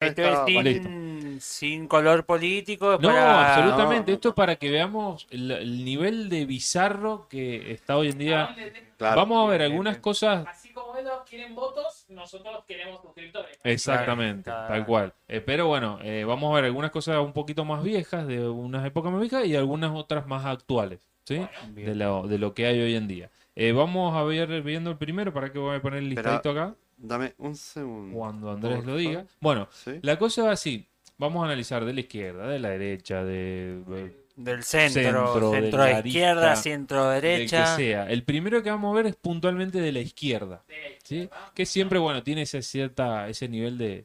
esto es estaba sin, sin color político. es No, para- absolutamente. no. Esto es para que veamos el, el nivel de bizarro que está hoy en día. Claro. Vamos a ver algunas cosas. Así como ellos quieren votos, nosotros queremos suscriptores. Exactamente, Claro. tal cual. Eh, pero bueno, eh, vamos a ver algunas cosas un poquito más viejas, de unas épocas más viejas y algunas otras más actuales, ¿sí? De lo, de lo que hay hoy en día. Eh, vamos a ver viendo el primero, para que voy a poner el Espera. listadito acá, Dame un segundo. cuando Andrés Por lo favor. diga. Bueno, Sí. la cosa va así. Vamos a analizar de la izquierda, de la derecha, de... eh, de- Del centro, Centro, centro, del de izquierda, arista, centro del que derecha. sea. El primero que vamos a ver es puntualmente de la izquierda, ¿sí? Que siempre, bueno, tiene ese, cierta, ese nivel de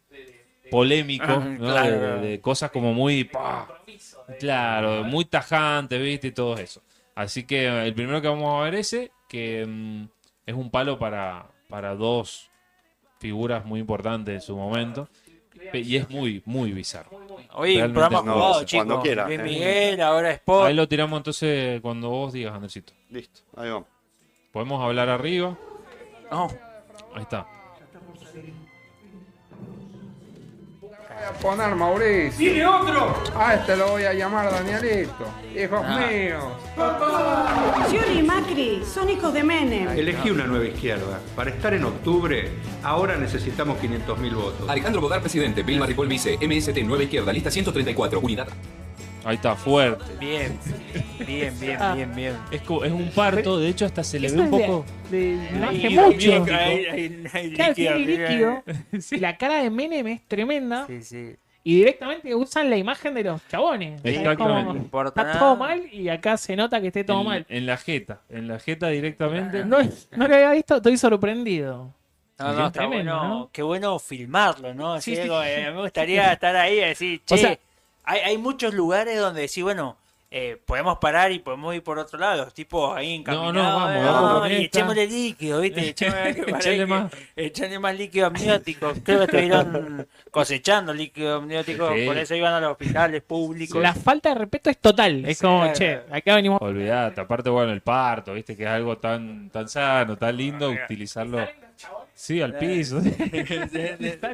polémico, Ah, ¿no? claro. De- de- de cosas como muy... ¡pah! Compromiso. de- Claro, muy tajante, ¿viste? Y todo eso. Así que eh, el primero que vamos a ver ese, que mm, es un palo para, para dos figuras muy importantes en su momento. Pe- Y es muy, muy bizarro. Hoy un Realmente programa no, jugado, cuando chicos. quiera, Luis eh. Miguel, ahora Spot. Ahí lo tiramos entonces cuando vos digas, Andresito. Listo, ahí vamos. Podemos hablar arriba. No, Ahí está. voy a poner Mauricio. ¡Tiene otro! A este lo voy a llamar Danielito. Hijos Ah. míos. Scioli y Macri son hijos de Menem. Elegí una nueva izquierda. Para estar en octubre, ahora necesitamos 500.000 votos. Alejandro Bodar, presidente. Vilma Ripoll, vice. MST, 9 izquierda. Lista 134. Unidad. Ahí está, fuerte. bien, bien, bien, Ah. bien, bien. Es, co- es un parto, de hecho hasta se le ve un poco... de, no hace Líquido, mucho. líquido, hay- hay- hay Claro, tiene líquido, líquido. Y la cara de Menem es tremenda. Sí, sí. Y directamente usan la imagen de los chabones. O sea, es Exactamente. No como, importa está nada. todo mal y acá se nota que esté todo en, mal. Ah, en la jeta, en la jeta directamente. No, es- no lo había visto, estoy sorprendido. No, Sí, no, es está tremendo, bueno. ¿no? Qué bueno filmarlo, ¿no? Así Sí, sí, digo, sí. eh, me gustaría estar ahí y decir, che, O sea- hay, hay muchos lugares donde decís, bueno, eh, podemos parar y podemos ir por otro lado. Los tipos ahí encaminados. no, vamos, eh, vamos no, con y esta. echémosle líquido, ¿viste? Echémosle, para Echale que- más. echarle más líquido amniótico. Creo que estuvieron cosechando líquido amniótico, Sí. por eso iban a los hospitales públicos. La falta de respeto es total. Es Sí, como, claro. che, acá venimos. Olvídate, aparte, bueno, el parto, viste que es algo tan, tan sano, tan lindo, utilizarlo. Sí, al piso.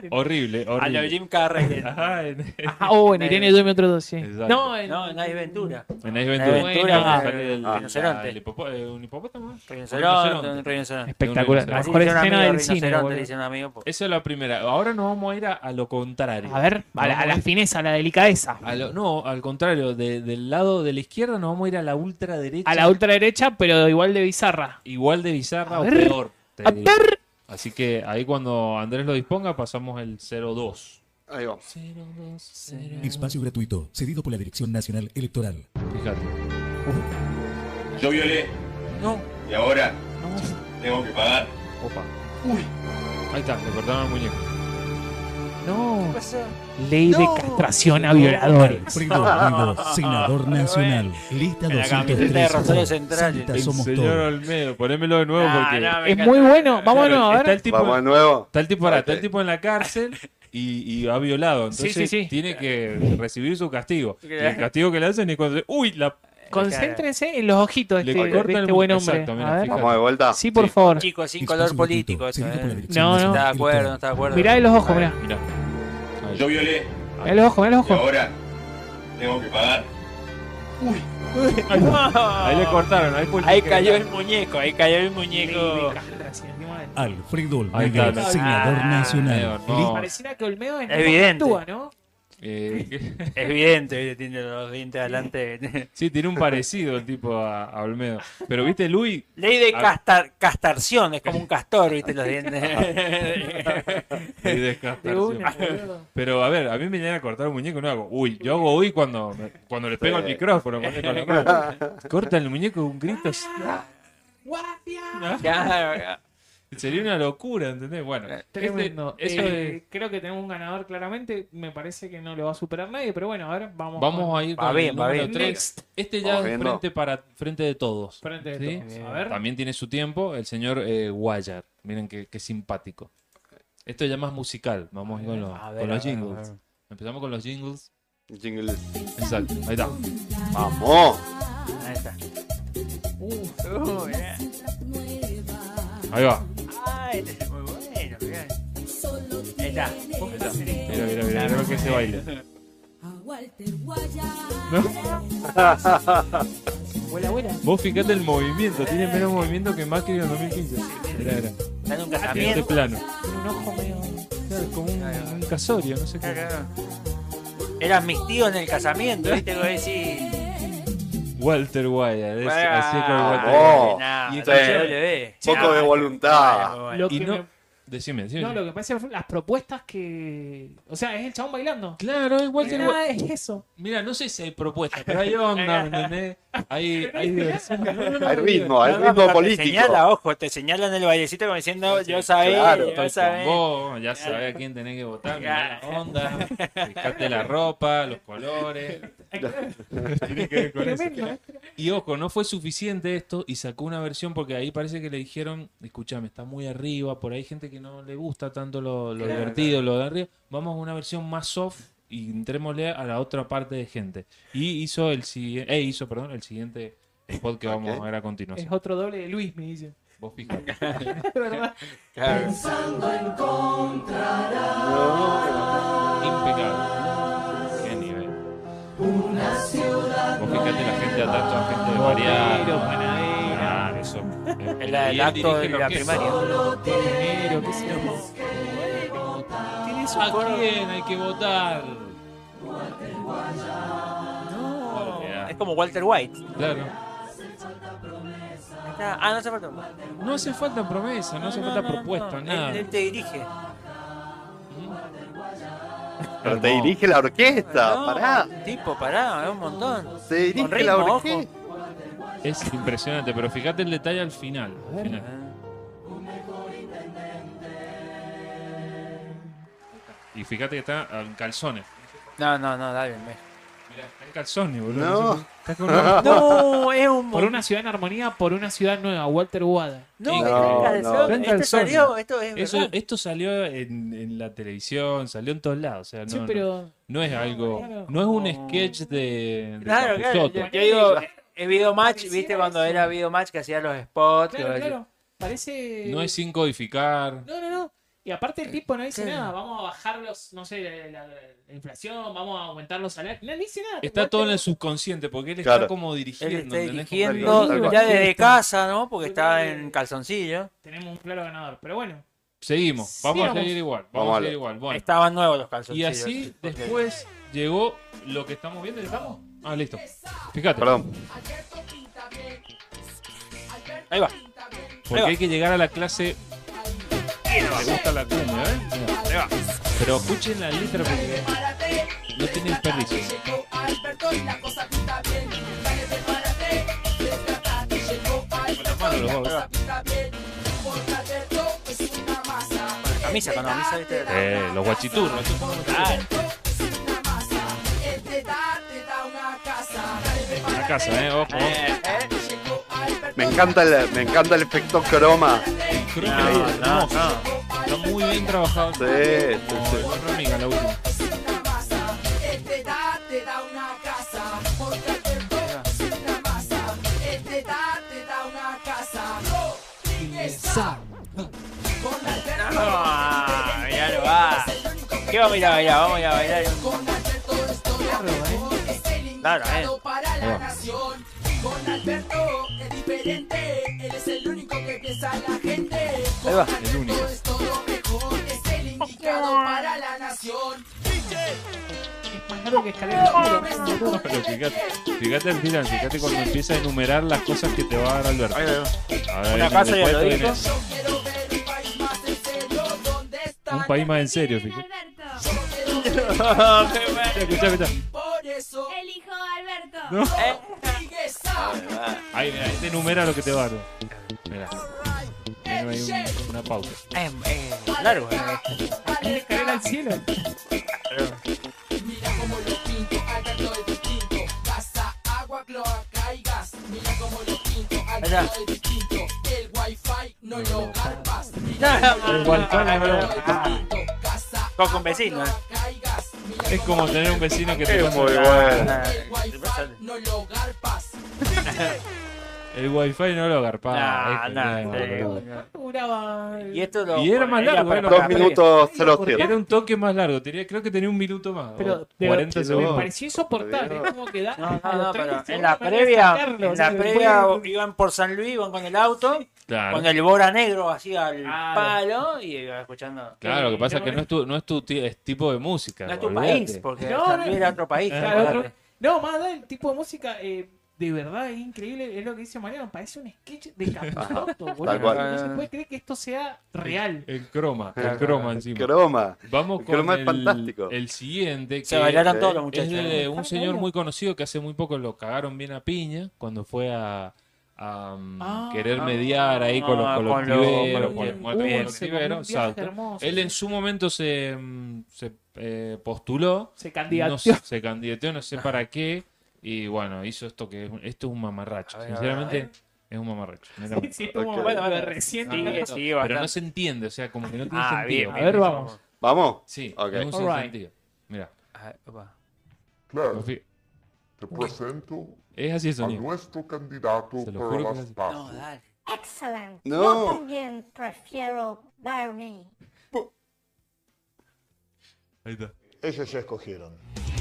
horrible, A los horrible. Jim Carrey. Ajá, en, Ah, oh, en Irene duerme otro dos, sí. Exacto. No, en- No, en Ace Ventura. en Ace Ventura. Ventura, Ah, el- sale del- el rinoceronte. el hipopo- eh, ¿Un hipopótamo? Rinoceronte, un rinoceronte. espectacular. Un La Así mejor le dice un escena amigo, del cine. rinoceronte, boludo. le dice un amigo, porque- Esa es la primera. Ahora nos vamos a ir a, a lo contrario. A ver, a la, a la fineza, a la delicadeza. A lo- no, al contrario, de- del lado de la izquierda nos vamos a ir a la ultraderecha. A la ultraderecha, pero igual de bizarra. Igual de bizarra A o ver, peor. te a digo. ver. Así que ahí cuando Andrés lo disponga pasamos el 02. Ahí vamos. Espacio gratuito, cedido por la Dirección Nacional Electoral. Fíjate. Yo violé No, y ahora no. tengo que pagar. Opa. Uy. Ahí está, le cortaron el muñeco. No. ¿Qué pasó? Ley No. de castración a violadores. Alfredo Olmedo, senador nacional. Lista En la camiseta de 203. Rosario Central. Santa El somos señor todos. Olmedo, ponémelo de nuevo Ah, porque. no, me Es encanta. muy Ah, bueno. Vámonos, Claro, a está el ver. tipo, Vamos pues. de nuevo. está el tipo, pará, está el Ok. tipo en la cárcel y, y ha violado. Entonces Sí, sí, sí. tiene que recibir su castigo. Y el castigo que le hacen es cuando. ¡Uy! La, Concéntrense en los ojitos de Le este, de cortan este el buen mu- hombre. exacto, mirá, A ver. fíjate. Vamos de vuelta. Sí, por favor. Chicos, sin Espacio color gratuito, político eso, cedido por la eh. Dirección No, no. Nacional Está de acuerdo, no Electoral. está de acuerdo. Mirá los ojos, mirá. Mirá. Ahí. Yo violé Mirá los ojos, mirá los y ojos. ahora tengo que pagar. Ahí le cortaron. Ahí, publicó Ahí que- cayó el muñeco, ahí cayó el Ley de muñeco. castración, qué mal. Alfredo Ahí está, Olmedo, no. senador Ah, nacional. Olmedo, no. Pareciera que Olmedo es Evidente. actúa, ¿no? Eh, que- Es evidente, ¿viste? tiene los dientes adelante. sí, tiene un parecido el tipo a, a Olmedo. Pero viste, Luis. Ley de Ah. castar, castarción, es como un castor, ¿viste? Los dientes. y De descastarse. una, boludo. Pero a ver, a mí me llegan a cortar un muñeco y no hago uy. Yo hago uy cuando, me- cuando le pego al Sí. micrófono. cuando- cuando- cuando- Cortan el muñeco un grito. es- Ya, Sería una locura, ¿entendés? Bueno, Tremendo. este- eso Eh, es- Creo que tenemos un ganador claramente. Me parece que no lo va a superar nadie, pero bueno, a ver, vamos. vamos a ir con Va bien, el va número bien. tres. Next. Este ya Vamos es viendo. frente, para, frente de todos. Frente de ¿sí? todos. A ver. También tiene su tiempo el señor eh, Guayar. Miren qué, qué simpático. Esto ya más musical. Vamos a ir con los, A ver, con los a ver, jingles. a ver. Empezamos con los jingles. Jingle. Exacto. Ahí está. Vamos. ahí está. Uf, Uh, mirá. Ahí va. este Ay, muy bueno, mirá. está. Mira, mira, mira, mira lo que se baila. Abuela, abuela. Vos fijate el movimiento, tiene menos movimiento que Macri en 2015. Mira, mira. Está en un Mira este casamiento. plano. Tiene un ojo medio. Claro, como un, un casorio, no sé qué. Eran mis tíos en el casamiento, ¿viste? Voy a decir. Walter Wyatt, es- así es "Ah, como Walter Wyatt. Oh, Nah, y no, entonces- WWE. Poco de voluntad. E. Ah, Bueno, Lo Y que no- me- Decime, decime. no, lo que pasa es las propuestas que. O sea, es el chabón bailando. Claro, es Walter Nada, Wyatt. es eso. Mira, no sé si hay propuesta, pero hay onda, ¿entendés? Hay, hay diversión. No, no, no, Hay ritmo, hay no, no, ritmo no, Te político. señala, ojo, te señalan el bailecito como diciendo, yo sabía, claro. yo Estoy sabía. con vos, ya sabés a quién tenés que votar, mirá la onda, fijate la ropa, los colores. Tiene que ver con eso. Tremendo, ¿eh? Y ojo, no fue suficiente esto y sacó una versión porque ahí parece que le dijeron, escuchame, está muy arriba, por ahí hay gente que no le gusta tanto lo, lo divertido, lo de arriba, vamos a una versión más soft y entrémosle a la otra parte de gente. Y hizo el siguiente, eh, hizo, perdón, el siguiente spot que vamos Ok. a ver a Es continuación. otro doble de Luis, me dicen. Vos fijate. ¿Verdad? Impecable. Qué nivel. Vos fijate la gente atrás, toda gente de Pero, ah, variada. panadero, Claro, eso. El, el Y él acto dirige de la la orquesta. primaria. panadero, qué sé yo. ¿Tienes ¿A quién hay que votar? No. Es como Walter White. Claro. Ahí está. Ah, no se falta. No hace falta promesa, no hace falta propuesta, nada. Él, él te dirige. Pero te Hermoso. dirige la orquesta, No, pará. Tipo, pará, es un montón. Te dirige Con ritmo, la ojo. orquesta. Es impresionante, pero fíjate el detalle al final. al final. Y fíjate que está en calzones. No, no, no, dale. me- Mirá, está en calzones, boludo. No. sé qué- Está con una- No, es un Por montón. una ciudad en armonía, por una ciudad nueva, Walter Wada. No, No, me trancas de no. sol. Tranca el Esto sol. salió, esto es Eso, verdad. esto salió en, en la televisión, salió en todos lados. O sea, no, Sí, no- pero. no es algo. Claro. No es un sketch de. de Claro, claro. Capusotto. Yo, yo digo, es videomatch, viste cuando era videomatch que hacía los spots. Claro, que- claro. Parece. No es sin codificar. No, no, no. Y aparte el tipo no dice Claro. nada. Vamos a bajar los, no sé, la, la- la inflación, vamos a aumentar los salarios. No, no dice nada. Está todo en el Walter- subconsciente porque él Claro. está como dirigiendo. Él está ¿entendés? Como tal dirigiendo cual. ya desde casa, ¿no? Porque Yo está creo que- en calzoncillo. Tenemos un claro ganador. Pero bueno, Seguimos, vamos a Sigamos. seguir igual. Vamos, Vamos a a seguir lo- igual. Bueno, Estaban nuevos los y calzoncillos. así después llegó lo que estamos viendo. ¿ya ¿Estamos? Ah, listo. Fíjate, Perdón. Ahí va. porque Ahí va. hay que llegar a la clase. Me gusta la cumbia, ¿eh? Ahí va. Pero escuchen la letra porque no tienen perdición. Con las manos los dos. Con la camisa, con la camisa, viste. Eh, los guachiturros. estos son los guachiturros. Una casa, ¿eh? Ojo. Me encanta el, me encanta el efecto croma. Creo que No, es no, hermoso. no. Está muy bien trabajado. Sí, sí, sí. Como nuestra amiga, la última. Ah, mirá, lo va. ¿Qué vamos a ir a bailar? Vamos a ir a bailar. Claro, eh. Ahí va. El único. es más largo que escalar el muro. Pero fíjate, fíjate al final, fíjate cuando empieza a enumerar las cosas que te va a dar Alberto. Ahí va. A ver, Una casa ya después lo te dijo. viene Un país más en serio, fíjate. Escucha, escucha. Elijo a Alberto. No. Ahí, mira, ahí te enumera lo que te va a dar. Mira. Tiene ahí un- una pausa. Eh, eh, largo, eh. Una escalera al cielo. Ahí está. Un balcón, Ah, ¿no? ah. Toca un vecino. eh. Es como tener un vecino que te Es pasa muy bueno. Ah, ¿qué pasa? el wifi no lo garpa. Nah, es- nah, no, este, te no, digo, no. no. duraba. el- Y esto lo- Y era más era largo, para- era para- más para- largo. minutos Era 07. Era un toque más largo, tenía- creo que tenía un minuto más. Pero Pero de- 40 me segundos. pareció insoportable. Dios. Como que da, No, a no, los no, 30 pero en segundos la parece previa, sacarlo, o en sea, la se previa puede- iban por San Luis, iban con el auto, Claro. con el Bora Negro así al Claro. palo y iba escuchando. Claro, lo que pasa es que no no es tu, no es tu ti- es tipo de música. No es tu olvídate. país, porque No, San no, Luis era otro Eh, país. claro, Claro, acordate. otro- No, más da el tipo de música, eh, de verdad es increíble, es lo que dice Mariano, parece un sketch de Capiroto, boludo. tal cual. No se puede creer que esto sea real. El croma, el croma encima. Croma. Vamos El con croma es el, fantástico. el siguiente. Que Se bailaron eh, todos los Es muchachos. de un Están señor bueno. muy conocido que hace muy poco lo cagaron bien a piña cuando fue a, a, um, Ah, querer mediar ahí con los ah, con los- colectiveros. con los- con muy bien. los Uh, se comió un colectiveros, viaje exacto. hermoso. Él en su momento se, mm, se, eh, postuló, se no candidateó. sé- se candidateó, no sé para qué, y bueno, hizo esto que es, un- esto es un mamarracho. Sinceramente, es un mamarracho. Mira, Sí, tuvo Ok. un Bueno, bueno. recién. Ah, Sí, ¿no? sí, pero bastante. no se entiende, o sea, como que no tiene Ah, sentido. bien, A bien, ver, bien, vamos. ¿Vamos? Sí, Ok. es un All right. sentido. Mira, Ah, opa. Claro, Sofi- te presento es así el a sonido. nuestro candidato Se lo para juro que las no- No, PASO. dale. Excelente. No. Yo también prefiero Barney. Ahí está. Ellos ya escogieron.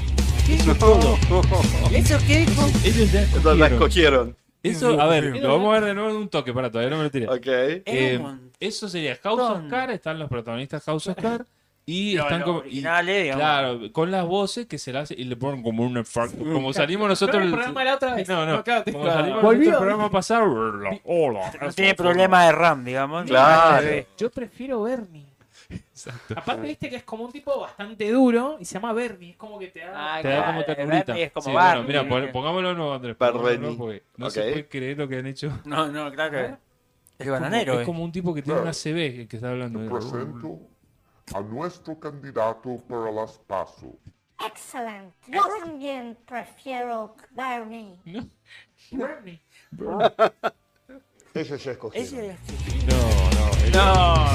¿Eso qué dijo? Ellos ya Entonces la escogieron. escogieron. Eso, a ver, lo vamos a ver de nuevo en un toque, para todavía no me lo tiré. Ok. Eh, Es un montón. eso sería House of Cards, están los protagonistas House of Cards y Los- están los como- y- originales, digamos. claro, con las voces que se le hace y le ponen como un efecto, Mm. como salimos nosotros No, el el- programa de la otra vez. No, no, No, claro, te- como claro. salimos Volvió. nosotros el programa pasado, hola. No tiene problema de RAM, digamos. Claro. Eh, Yo prefiero Bernie. Exacto. Aparte, viste que es como un tipo bastante duro y se llama Bernie. Es como que te da. Ah, Te da claro, como ternurita. Bernie es como Sí, Barney. bueno, mira, pon- pongámoslo nuevo, Andrés. pongámoslo Barney. nuevo porque no Ok. se puede creer lo que han hecho. No, no, claro que. El bananero, Como- eh. es como un tipo que tiene una CB el que está hablando. Te presento a nuestro candidato para las PASO. Excelente. Yo también prefiero Barney. No, Bernie. Ellos Ese ya escogieron. era- no, no. No,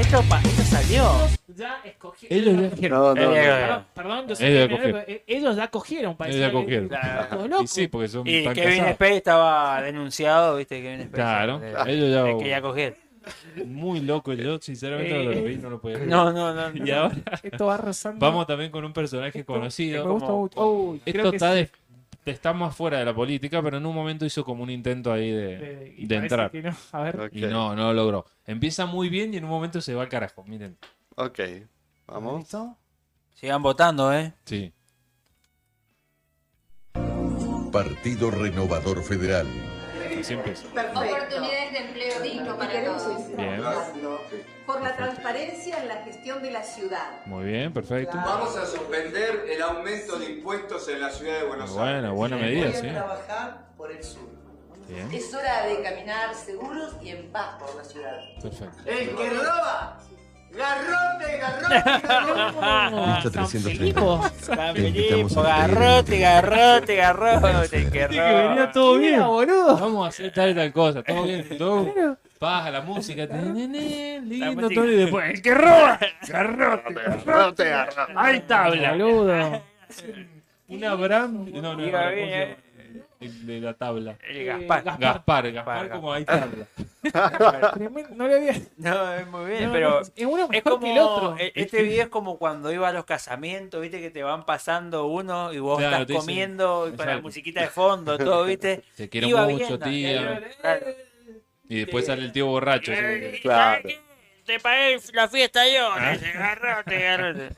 esto, pa- esto salió. Ya escogí. Ellos ya- cogieron. No, no, no. Eh, Perdón, perdón, yo sé Ellos que ya me- eh, ellos ya cogieron. parece Ellos ya que- cogieron. Claro. Todos Y locos. sí, porque son Y tan Kevin casados. Spacey estaba denunciado, viste, Kevin Spacey. Claro, Ah, De- ellos ya- de que ya coger. Muy loco, yo sinceramente Eh, cuando lo vi, no lo podía creer. No, no, no. no. Y ahora Esto va rozando. vamos también con un personaje conocido. Me gusta como- mucho. Uy, creo Esto que está, sí. de- está más fuera de la política, pero en un momento hizo como un intento ahí de, Eh, y de parece entrar. que no. A ver. Ok. Y no, no lo logró. Empieza muy bien y en un momento se va al carajo, miren. Ok. Vamos. Sigan votando, eh. Sí. Partido Renovador Federal. Así empieza. Oportunidades de empleo digno para todos. Bien, por la transparencia en la gestión de la ciudad. muy bien, perfecto. Vamos a suspender el aumento de impuestos en la ciudad de Buenos Buena, buena medida, sí. trabajar por el sur. Bien, Es hora de caminar seguros y en paz por la ciudad. perfecto. ¡El que roba! ¡Garrote, garrote, Lista 330. San Filipo, garrote, garrote, garrote, que roba. todo Mira, boludo. Vamos a hacer tal y tal cosa, todo bien, todo. Baja la música, ta, ne, ne, lindo, música. todo. Y después, Pues, ¡el que roba! ¡Garrote! Rote, arra- ¡Ahí tabla! Boludo. Una Bram. No, no, Diga no, bien, ¿cómo se llama? El de la tabla. El Eh, Gaspar. Gaspar, Gaspar, Gaspar. como ahí tabla. Tremendo, No le había. No, es muy bien, no, pero es uno mejor es como que el otro. e- este video es como cuando iba a los casamientos, viste que te van pasando uno y vos Claro, te estás dicen- comiendo y para la Exacto. musiquita de fondo, todo, viste. Te quiero Iba mucho, viendo, Eh, tía. Claro. Y después sale el tío borracho. así. Claro. Te pagué la fiesta yo, garrote, garrote.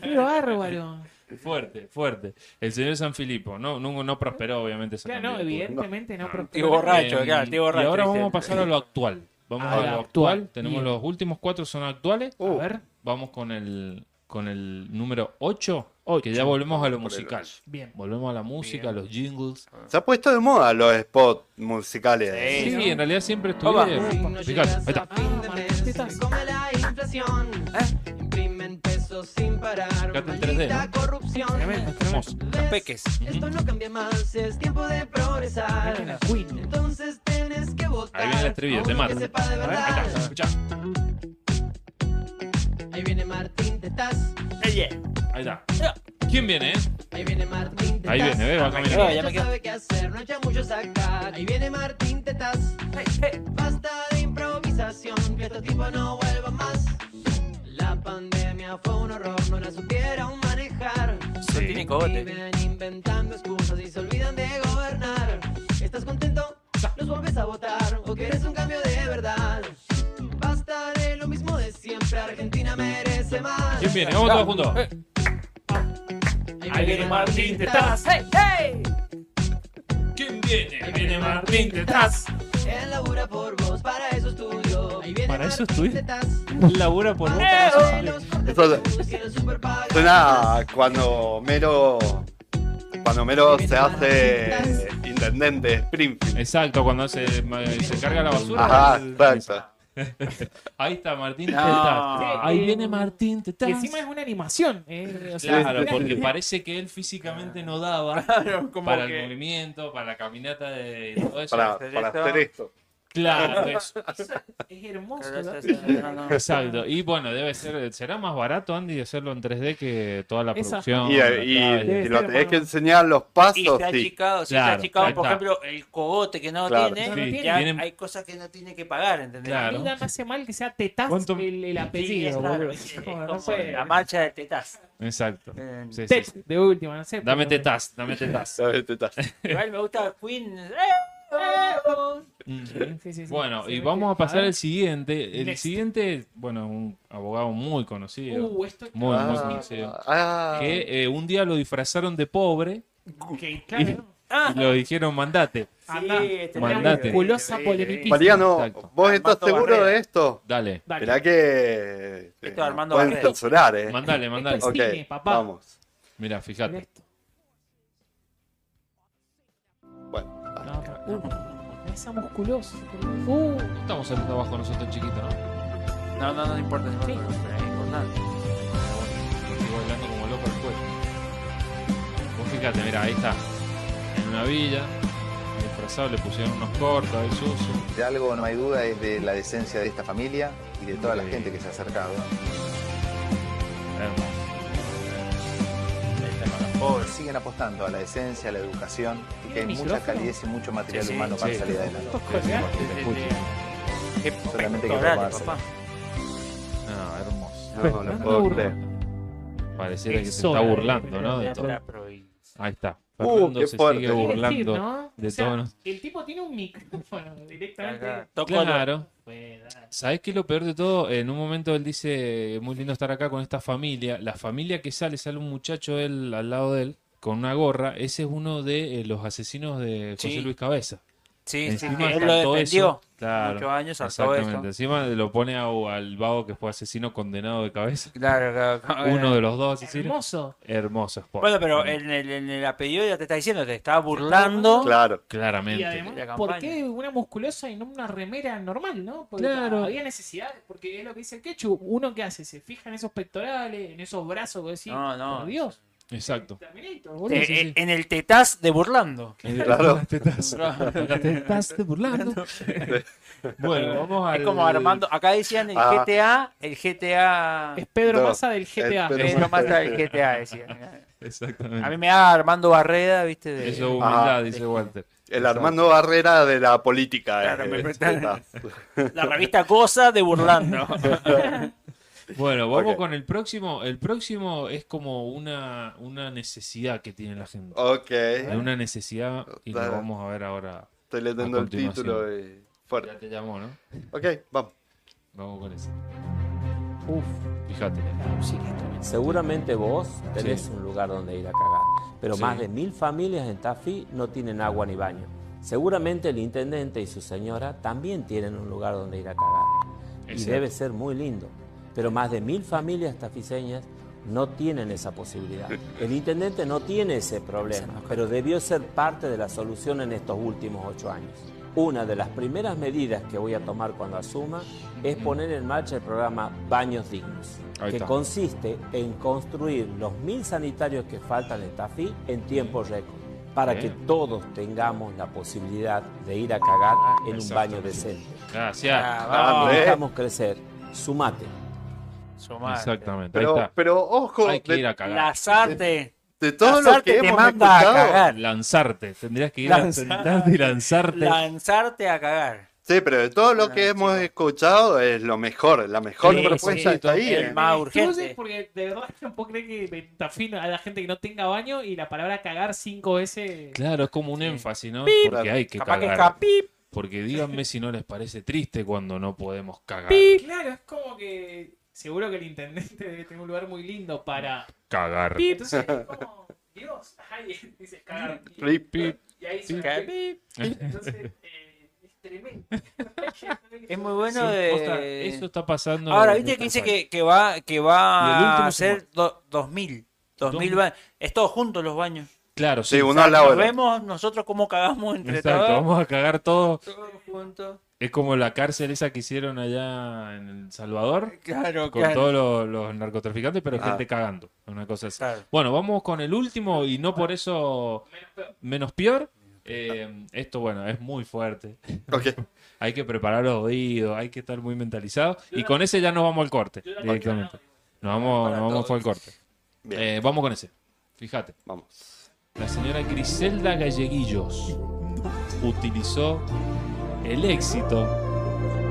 Qué bárbaro. Fuerte, fuerte. El señor San Filipo. No, no, no prosperó, obviamente. esa Claro, no, candidatura. evidentemente no Tío prosperó. borracho, Em, claro, tío borracho. Y ahora dice. vamos a pasar a lo actual. Vamos A a, lo lo actual. actual. Tenemos Bien. los últimos cuatro son actuales. A ver, Vamos con el, con el número 8, que ya volvemos a lo musical. bien. Volvemos a la música, a los jingles. Se ha puesto de moda los spots musicales. Sí, Sí, en realidad siempre Opa. estuvieron. Fijás, ahí está. Ah, marquetas. Fíjate en 3D. ¿no? Tremendo, tremendo. Hermoso. los peques. Miren la Queen. Ahí viene el estribillo, te mata. Ahí está, escuchá. Oye, Ahí está. ¿Quién viene, eh? Ahí viene, ve, va no, caminando. ya me quedo. Basta de improvisar. improvisación, que estos tipos no vuelvan más. La pandemia fue un horror, no la supieron manejar. No tiene cogote. Viven inventando excusas y se olvidan de gobernar. ¿Estás contento? ¿Los vuelves a votar? ¿O quieres un cambio de verdad? Basta de lo mismo de siempre, Argentina merece más. ¿Quién viene? Vamos todos juntos. Ahí viene Martín Tetaz. ¡Hey, hey! ¿Quién viene? Ahí viene Martín Tetaz. Él labura por vos, para eso estudio. Ahí viene Para eso estoy. Tetaz. Labura por vos. para eso sale. Eso suena a cuando Homero. Cuando Homero se hace intendente de Springfield. Exacto, cuando se, se carga la basura. Ajá, exacto. Ahí está Martín No. Tetaz. Sí, Ahí eh, viene Martín Tetaz. Que encima es una animación. eh, o sea, Claro, era- porque parece que él físicamente no daba como para que- el movimiento, para la caminata de todo eso. Para, para hacer esto. Claro, eso. Es hermoso. ¿verdad? Exacto. Y bueno, debe ser, será más barato, Andy, hacerlo en 3D que toda la Esa- producción. Y, eh, la y calle. si lo tenés que enseñar los pasos, Y se ha sí. achicado, sí, se ha Claro, achicado, ahí por está. ejemplo, el cogote que no Claro, tiene, sí. No tiene. ya Tienen- hay cosas que no tiene que pagar, ¿entendés? A mí Claro. nada me hace mal que sea Tetaz el, el Sí, es apellido, raro, boludo. es- es Como, no como sé. la marcha del tetaz. Exacto. Eh, Sí, sí, Tet, sí. de última, no sé. Dame pero- tetaz, dame tetaz. Dame tetaz. Igual me gusta Queen. ¡Eh! Ujú. Sí, sí, sí. Bueno, Se y ve vamos que- a pasar ver. al siguiente. El Next. siguiente, bueno, un abogado muy conocido. Uh, esto es Muy, muy Ah, conocido. ah. Que eh, un día lo disfrazaron de pobre Que, y, claro, y lo dijeron mandate. anda, este Mandate. terrible. culosa polemiquísima. Mariano, Exacto. ¿vos estás Armando seguro Barrera. de esto? Dale, Dale. Será que. eh, Esto de Armando pueden Barrera. censurar, ¿eh? mandale, mandale. Esto Ok, Cine, papá. vamos. Mira, Mira fíjate. esto. Bueno, No, otra- uh, esa musculosa. boludo. Uh, No estamos saliendo abajo nosotros chiquitos, ¿no? No, no, no importa, no importa, Sí. no importa, es importante. Sigo bailando como loco el juez. Vos fíjate, mira, ahí está. En una villa, disfrazado, le pusieron unos cortos, ahí sucio. De algo no hay duda es de la decencia de esta familia y de toda la Sí. gente que se ha acercado. Hermoso. Oh, Siguen apostando a la decencia, a la educación y que hay ¿Tiene mucha micrófono? calidez y mucho material Sí, sí, humano para sí. salir adelante. estos colgantes. Que te escuche. Qué Solamente que pectorales, tomarse. papá. No, no, hermoso. no puedo creer. Pareciera que se Exoda, está eh, burlando, ¿no? De La todo. pro- y- Ahí está. Uh, Fernando qué se fuerte. sigue quiere burlando decir, ¿no? de O sea, todos. El tipo tiene un micrófono directamente. Acá. Tocó lo- Claro. Bueno, dale. ¿Sabes qué es lo peor de todo? En un momento él dice, muy lindo estar acá con esta familia. La familia que sale, sale un muchacho él al lado de él con una gorra. Ese es uno de eh, los asesinos de José Sí. Luis Cabeza. Sí, sí, Encima que él lo saltó defendió. eso. Claro, Muchos años saltó Exactamente. eso. Encima lo pone a- al vago que fue asesino condenado de cabeza. Claro, claro, claro. Uno de los dos asesinos. Hermoso. Hermoso spot. Eh, Bueno, pero en el, en el apellido ya te está diciendo, te está burlando. Claro. Y Claramente. la además, ¿por campaña. qué una musculosa y no una remera normal, no? Porque Claro. había necesidades, porque es lo que dice el quechu. Uno que hace, se fija en esos pectorales, en esos brazos, que decís, No, no. por Dios, Exacto. Terminator, Eh, boludo. sí, sí. eh, En el tetaz de burlando. Claro. Te estás, te estás burlando. bueno, vamos al... Es como Armando. Acá decían el Ah. GTA, el GTA. Es Pedro No, Massa del GTA. Pedro Eh, no mata el GTA, decían. Exactamente. A mí me da Armando Barreda, viste. De... Eso es humildad, Ajá. dice Walter. El Armando Barrera de la política. eh, Claro, me está. La revista Cosa de burlando. Bueno, vamos Ok. con el próximo. El próximo es como una, una necesidad que tiene la gente. Ok. Es una necesidad y lo Dale. vamos a ver ahora. Estoy leyendo A el título y. Ya Fuerte. te llamó, ¿no? Ok, vamos. Vamos con eso. Uf, Fíjate. la música es tremenda. Seguramente vos tenés Sí. un lugar donde ir a cagar, pero Sí. más de mil familias en Tafí no tienen agua ni baño. Seguramente el intendente y su señora también tienen un lugar donde ir a cagar. Es y cierto. debe ser muy lindo, pero más de mil familias tafiseñas no tienen esa posibilidad. El intendente no tiene ese problema, pero debió ser parte de la solución en estos últimos ocho años. Una de las primeras medidas que voy a tomar cuando asuma es poner en marcha el programa Baños Dignos, Ahí que está. consiste en construir los mil sanitarios que faltan en Tafí en tiempo récord, para Bien. que todos tengamos la posibilidad de ir a cagar en un baño decente. Gracias. Ah, Ah, vamos. Andrés. Buscamos crecer, sumate. Sumate. Exactamente. Ahí Pero, está. pero ojo, Hay que ir de, a cagar. Lazarte. de todo lo Lazarte que te hemos manda a escuchado. cagar. Lanzarte. Tendrías que ir a Lanzar- sentarte y lanzarte. Lanzarte a cagar. Sí, pero de todo lo que hemos escuchado es lo mejor, la mejor Ah, Sí, propuesta sí, está ahí. el eh. más Yo no sé, urgente. porque de verdad tampoco creo que metafino a la gente que no tenga baño y la palabra cagar cinco veces. Claro, es como un énfasis, ¿no? Pip. Porque hay que Capaz que cagar. está pip. Porque díganme si no les parece triste cuando no podemos cagar. Pip. Claro, es como que seguro que el intendente debe tener un lugar muy lindo para. Cagar. Pip. Entonces, es como, Dios, ay, dices cagar. Pip, pip, Y ahí pip. suena pip. Pip. Entonces, eh, es tremendo. Es muy bueno Sí, de- posta, eh, eso está pasando Ahora, en viste que nuestra dice calle. que, que va, que Y el va último a ser do- 2000. 2000 Dos- baños. Es todos juntos los baños. Claro, Sí, uno al lado Nos del otro. vemos nosotros cómo cagamos entre Exacto, todos. vamos a cagar todo. todos juntos. Es como la cárcel esa que hicieron allá en El Salvador. Claro, Con claro. todos los, los narcotraficantes, pero Ah. gente cagando. Una cosa así. Bueno, vamos con el último y no por eso menos peor. Eh, esto, bueno, es muy fuerte. eh. hay que preparar los oídos, hay que estar muy mentalizado. Y con ese ya nos vamos al corte directamente. Nos vamos, nos vamos fue al corte. Eh, vamos con ese. Fíjate. Vamos. La señora Griselda Galleguillos utilizó el éxito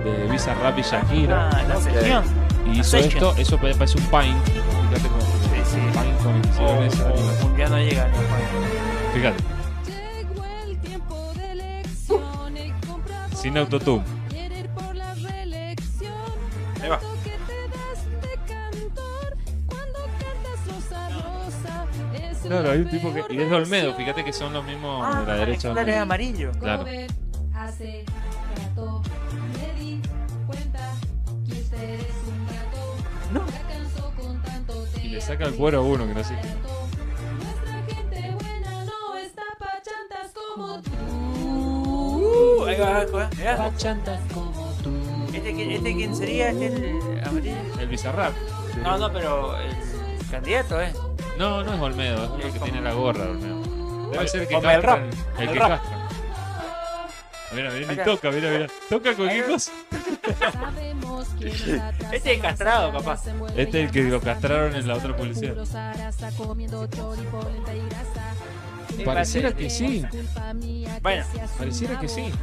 de Visa Rap y Shakira. Ah, la sesión. Y La hizo sesión. esto, eso pa- parece un paint. Fíjate cómo. Paint con el que hicieron Oh, esa oh, animación. ya no llega. no. Ah, Fíjate, Llegó el tiempo de elección y compra sin autotune. Quiere ir por la reelección. Ahí va. Tanto que te das de cantor. Cuando cantas rosa rosa. Es Claro, la hay un tipo que. peor Y es de Olmedo, fíjate que son los mismos de la Ah, derecha. claro, es amarillo. Claro. Cover hace rato me di cuenta que usted es un gato. No. Me cansó con tanto Y le saca el cuero a uno que no sé. qué. Nuestra gente buena no está pa' chantas como tú. Uh, ahí va, ahí va, mirá. ¿Este, qui- este quién sería? ¿Este el amarillo? El Bizarrap. No, no, pero el candidato, ¿eh? No, no es Olmedo, es uno que tiene la gorra de Olmedo. Debe Ol- ser el que como el castra, rap, El, el que rap. castra. Mira, mira, Acá. ni toca, mira, mira. Toca cualquier cosa. Sabemos quién atrás. Este es castrado, capaz. Este es el que lo castraron en la otra policía. Los arrasa comiendo choripo, lenta y grasa. Eh, Pareciera que sí. Culpa mía que Bueno, seas un pareciera que sí. nabo.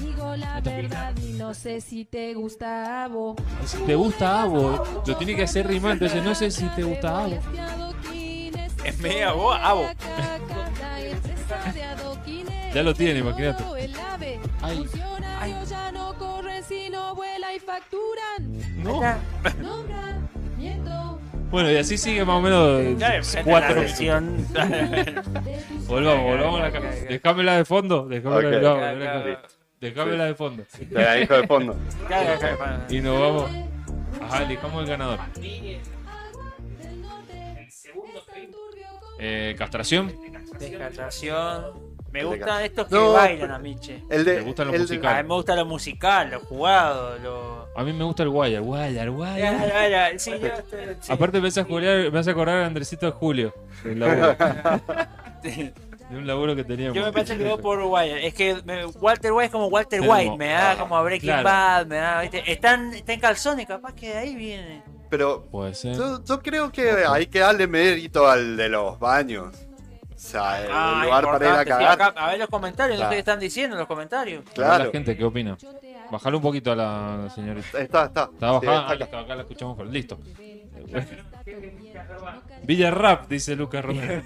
Digo la Esta verdad y no sé si te gusta a vos. Si te gusta Abo, lo tiene que hacer rimar, entonces no sé si te gusta Abo. Es medio abo. abo. Ya lo tiene, imagínate. El ave. Funcionarios ya no corren sino vuela y facturan. No. Nombramiento Bueno, y así sigue más o menos Ya, enfrente de cuatro la sesión. Volvamos, volvamos a la Ok, cámara. ok. Dejámela de fondo, dejámela Ok. de no, Acá, dejámela de acá. fondo. Dejámela de fondo. Te la dejo de fondo. Acá, acá, acá. Y nos vamos. Ajá, elijamos el ganador. Eh, castración. Descartación. Me El de gustan gas. estos que No, bailan pero- a Miche. el de- Me gustan los el de- musicales. A mí me gusta lo musical, lo jugado, lo. A mí me gusta el guaya, el guaya, el guaya. Ah, Ya, ya, ya, sí, ya, sí. Aparte me hace, acordar, me hace acordar a Andresito de Julio. De un laburo, de un laburo que teníamos. Yo me parece que voy por Wire. Es que me- Walter White es como Walter Tenemos- White. Me da como a Breaking ah, Claro. Bad. Me da, ¿viste? Están, está en calzones, capaz que de ahí viene. Ah, Pero Puede ser. yo, yo creo que hay que darle mérito al de los baños. O sea, el lugar para ir a Ah, importante, sí, cagar. acá- a ver los comentarios, no Claro. sé qué están diciendo en los comentarios. La gente, ¿qué opina? Bajale un poquito a la señorita. Está, está. Está bajada. Sí, está Ah, listo, acá la escuchamos. con- Listo. Villa Rap, dice Lucas Romero.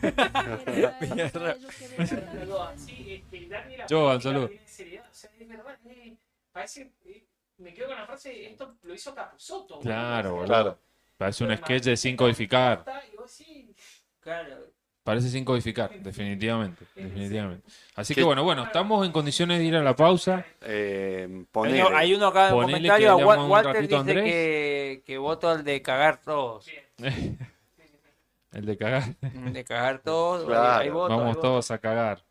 Villa Rap. Sí, este, darle la Jovan, práctica salud. bien seriedad, o sea, es verdad, eh, parece, eh, me quedo con la frase, esto lo hizo Capusotto. Claro, boludo. Claro. Parece un sketch de sin codificar. Y vos sí, claro. Parece sin codificar, definitivamente. definitivamente. Así que bueno, bueno, estamos en condiciones de ir a la pausa. Eh, Hay ponele. uno, hay uno acá en los Ponele que comentarios. llamo un Walter ratito a dice Andrés. que, que voto al de cagar todos. El de cagar. De cagar todos. ahí- Claro, ahí voto, ahí Vamos voto. todos a cagar.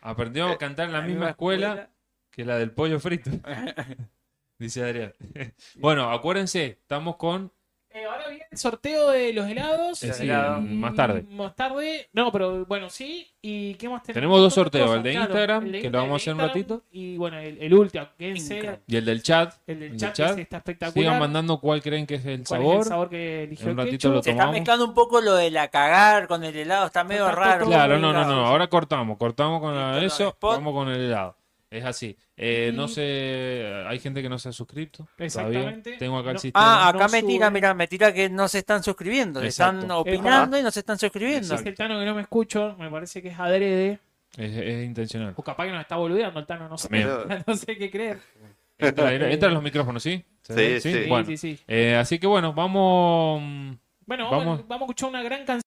Aprendió a cantar en la, misma escuela, que la del pollo frito. Dice Adrián. Bueno, acuérdense, estamos con. Eh, ahora viene el sorteo de los helados. Mm, Eh, sí, Helado. más tarde. Más tarde. No, pero bueno, sí. ¿Y qué más tenemos? Tenemos dos Otras sorteos, cosas, el de claro, Instagram, el de que lo vamos a hacer Instagram, un el de ratito. Instagram, Y bueno, el, el último, quédense. Y el del chat. El del chat, que ese está espectacular. Sigan mandando cuál creen que es el ¿Cuál es sabor. el sabor que eligió En un el ratito lo Se está tomamos. mezclando un poco lo de la cagar con el helado. Está medio raro. Claro, no, no, no. Ahora cortamos. Cortamos con la- eso. Vamos con el helado. Es así. Eh, No sé, hay gente que no se ha suscrito. todavía. Exactamente. Tengo acá el sistema. Ah, acá no me tira, sube. mira, me tira que no se están suscribiendo. Se Exacto. están Es opinando verdad. y no se están suscribiendo. Es el Tano que no me escucho, me parece que es adrede. Es, es intencional. O capaz que nos está boludeando el Tano, no sé. Mira. no sé qué creer. Entra, entra los micrófonos, ¿sí? ¿Se Sí, ve? sí. Bueno, Sí, sí, sí. eh, así que bueno, vamos. Bueno, vamos, vamos. vamos a escuchar una gran canción.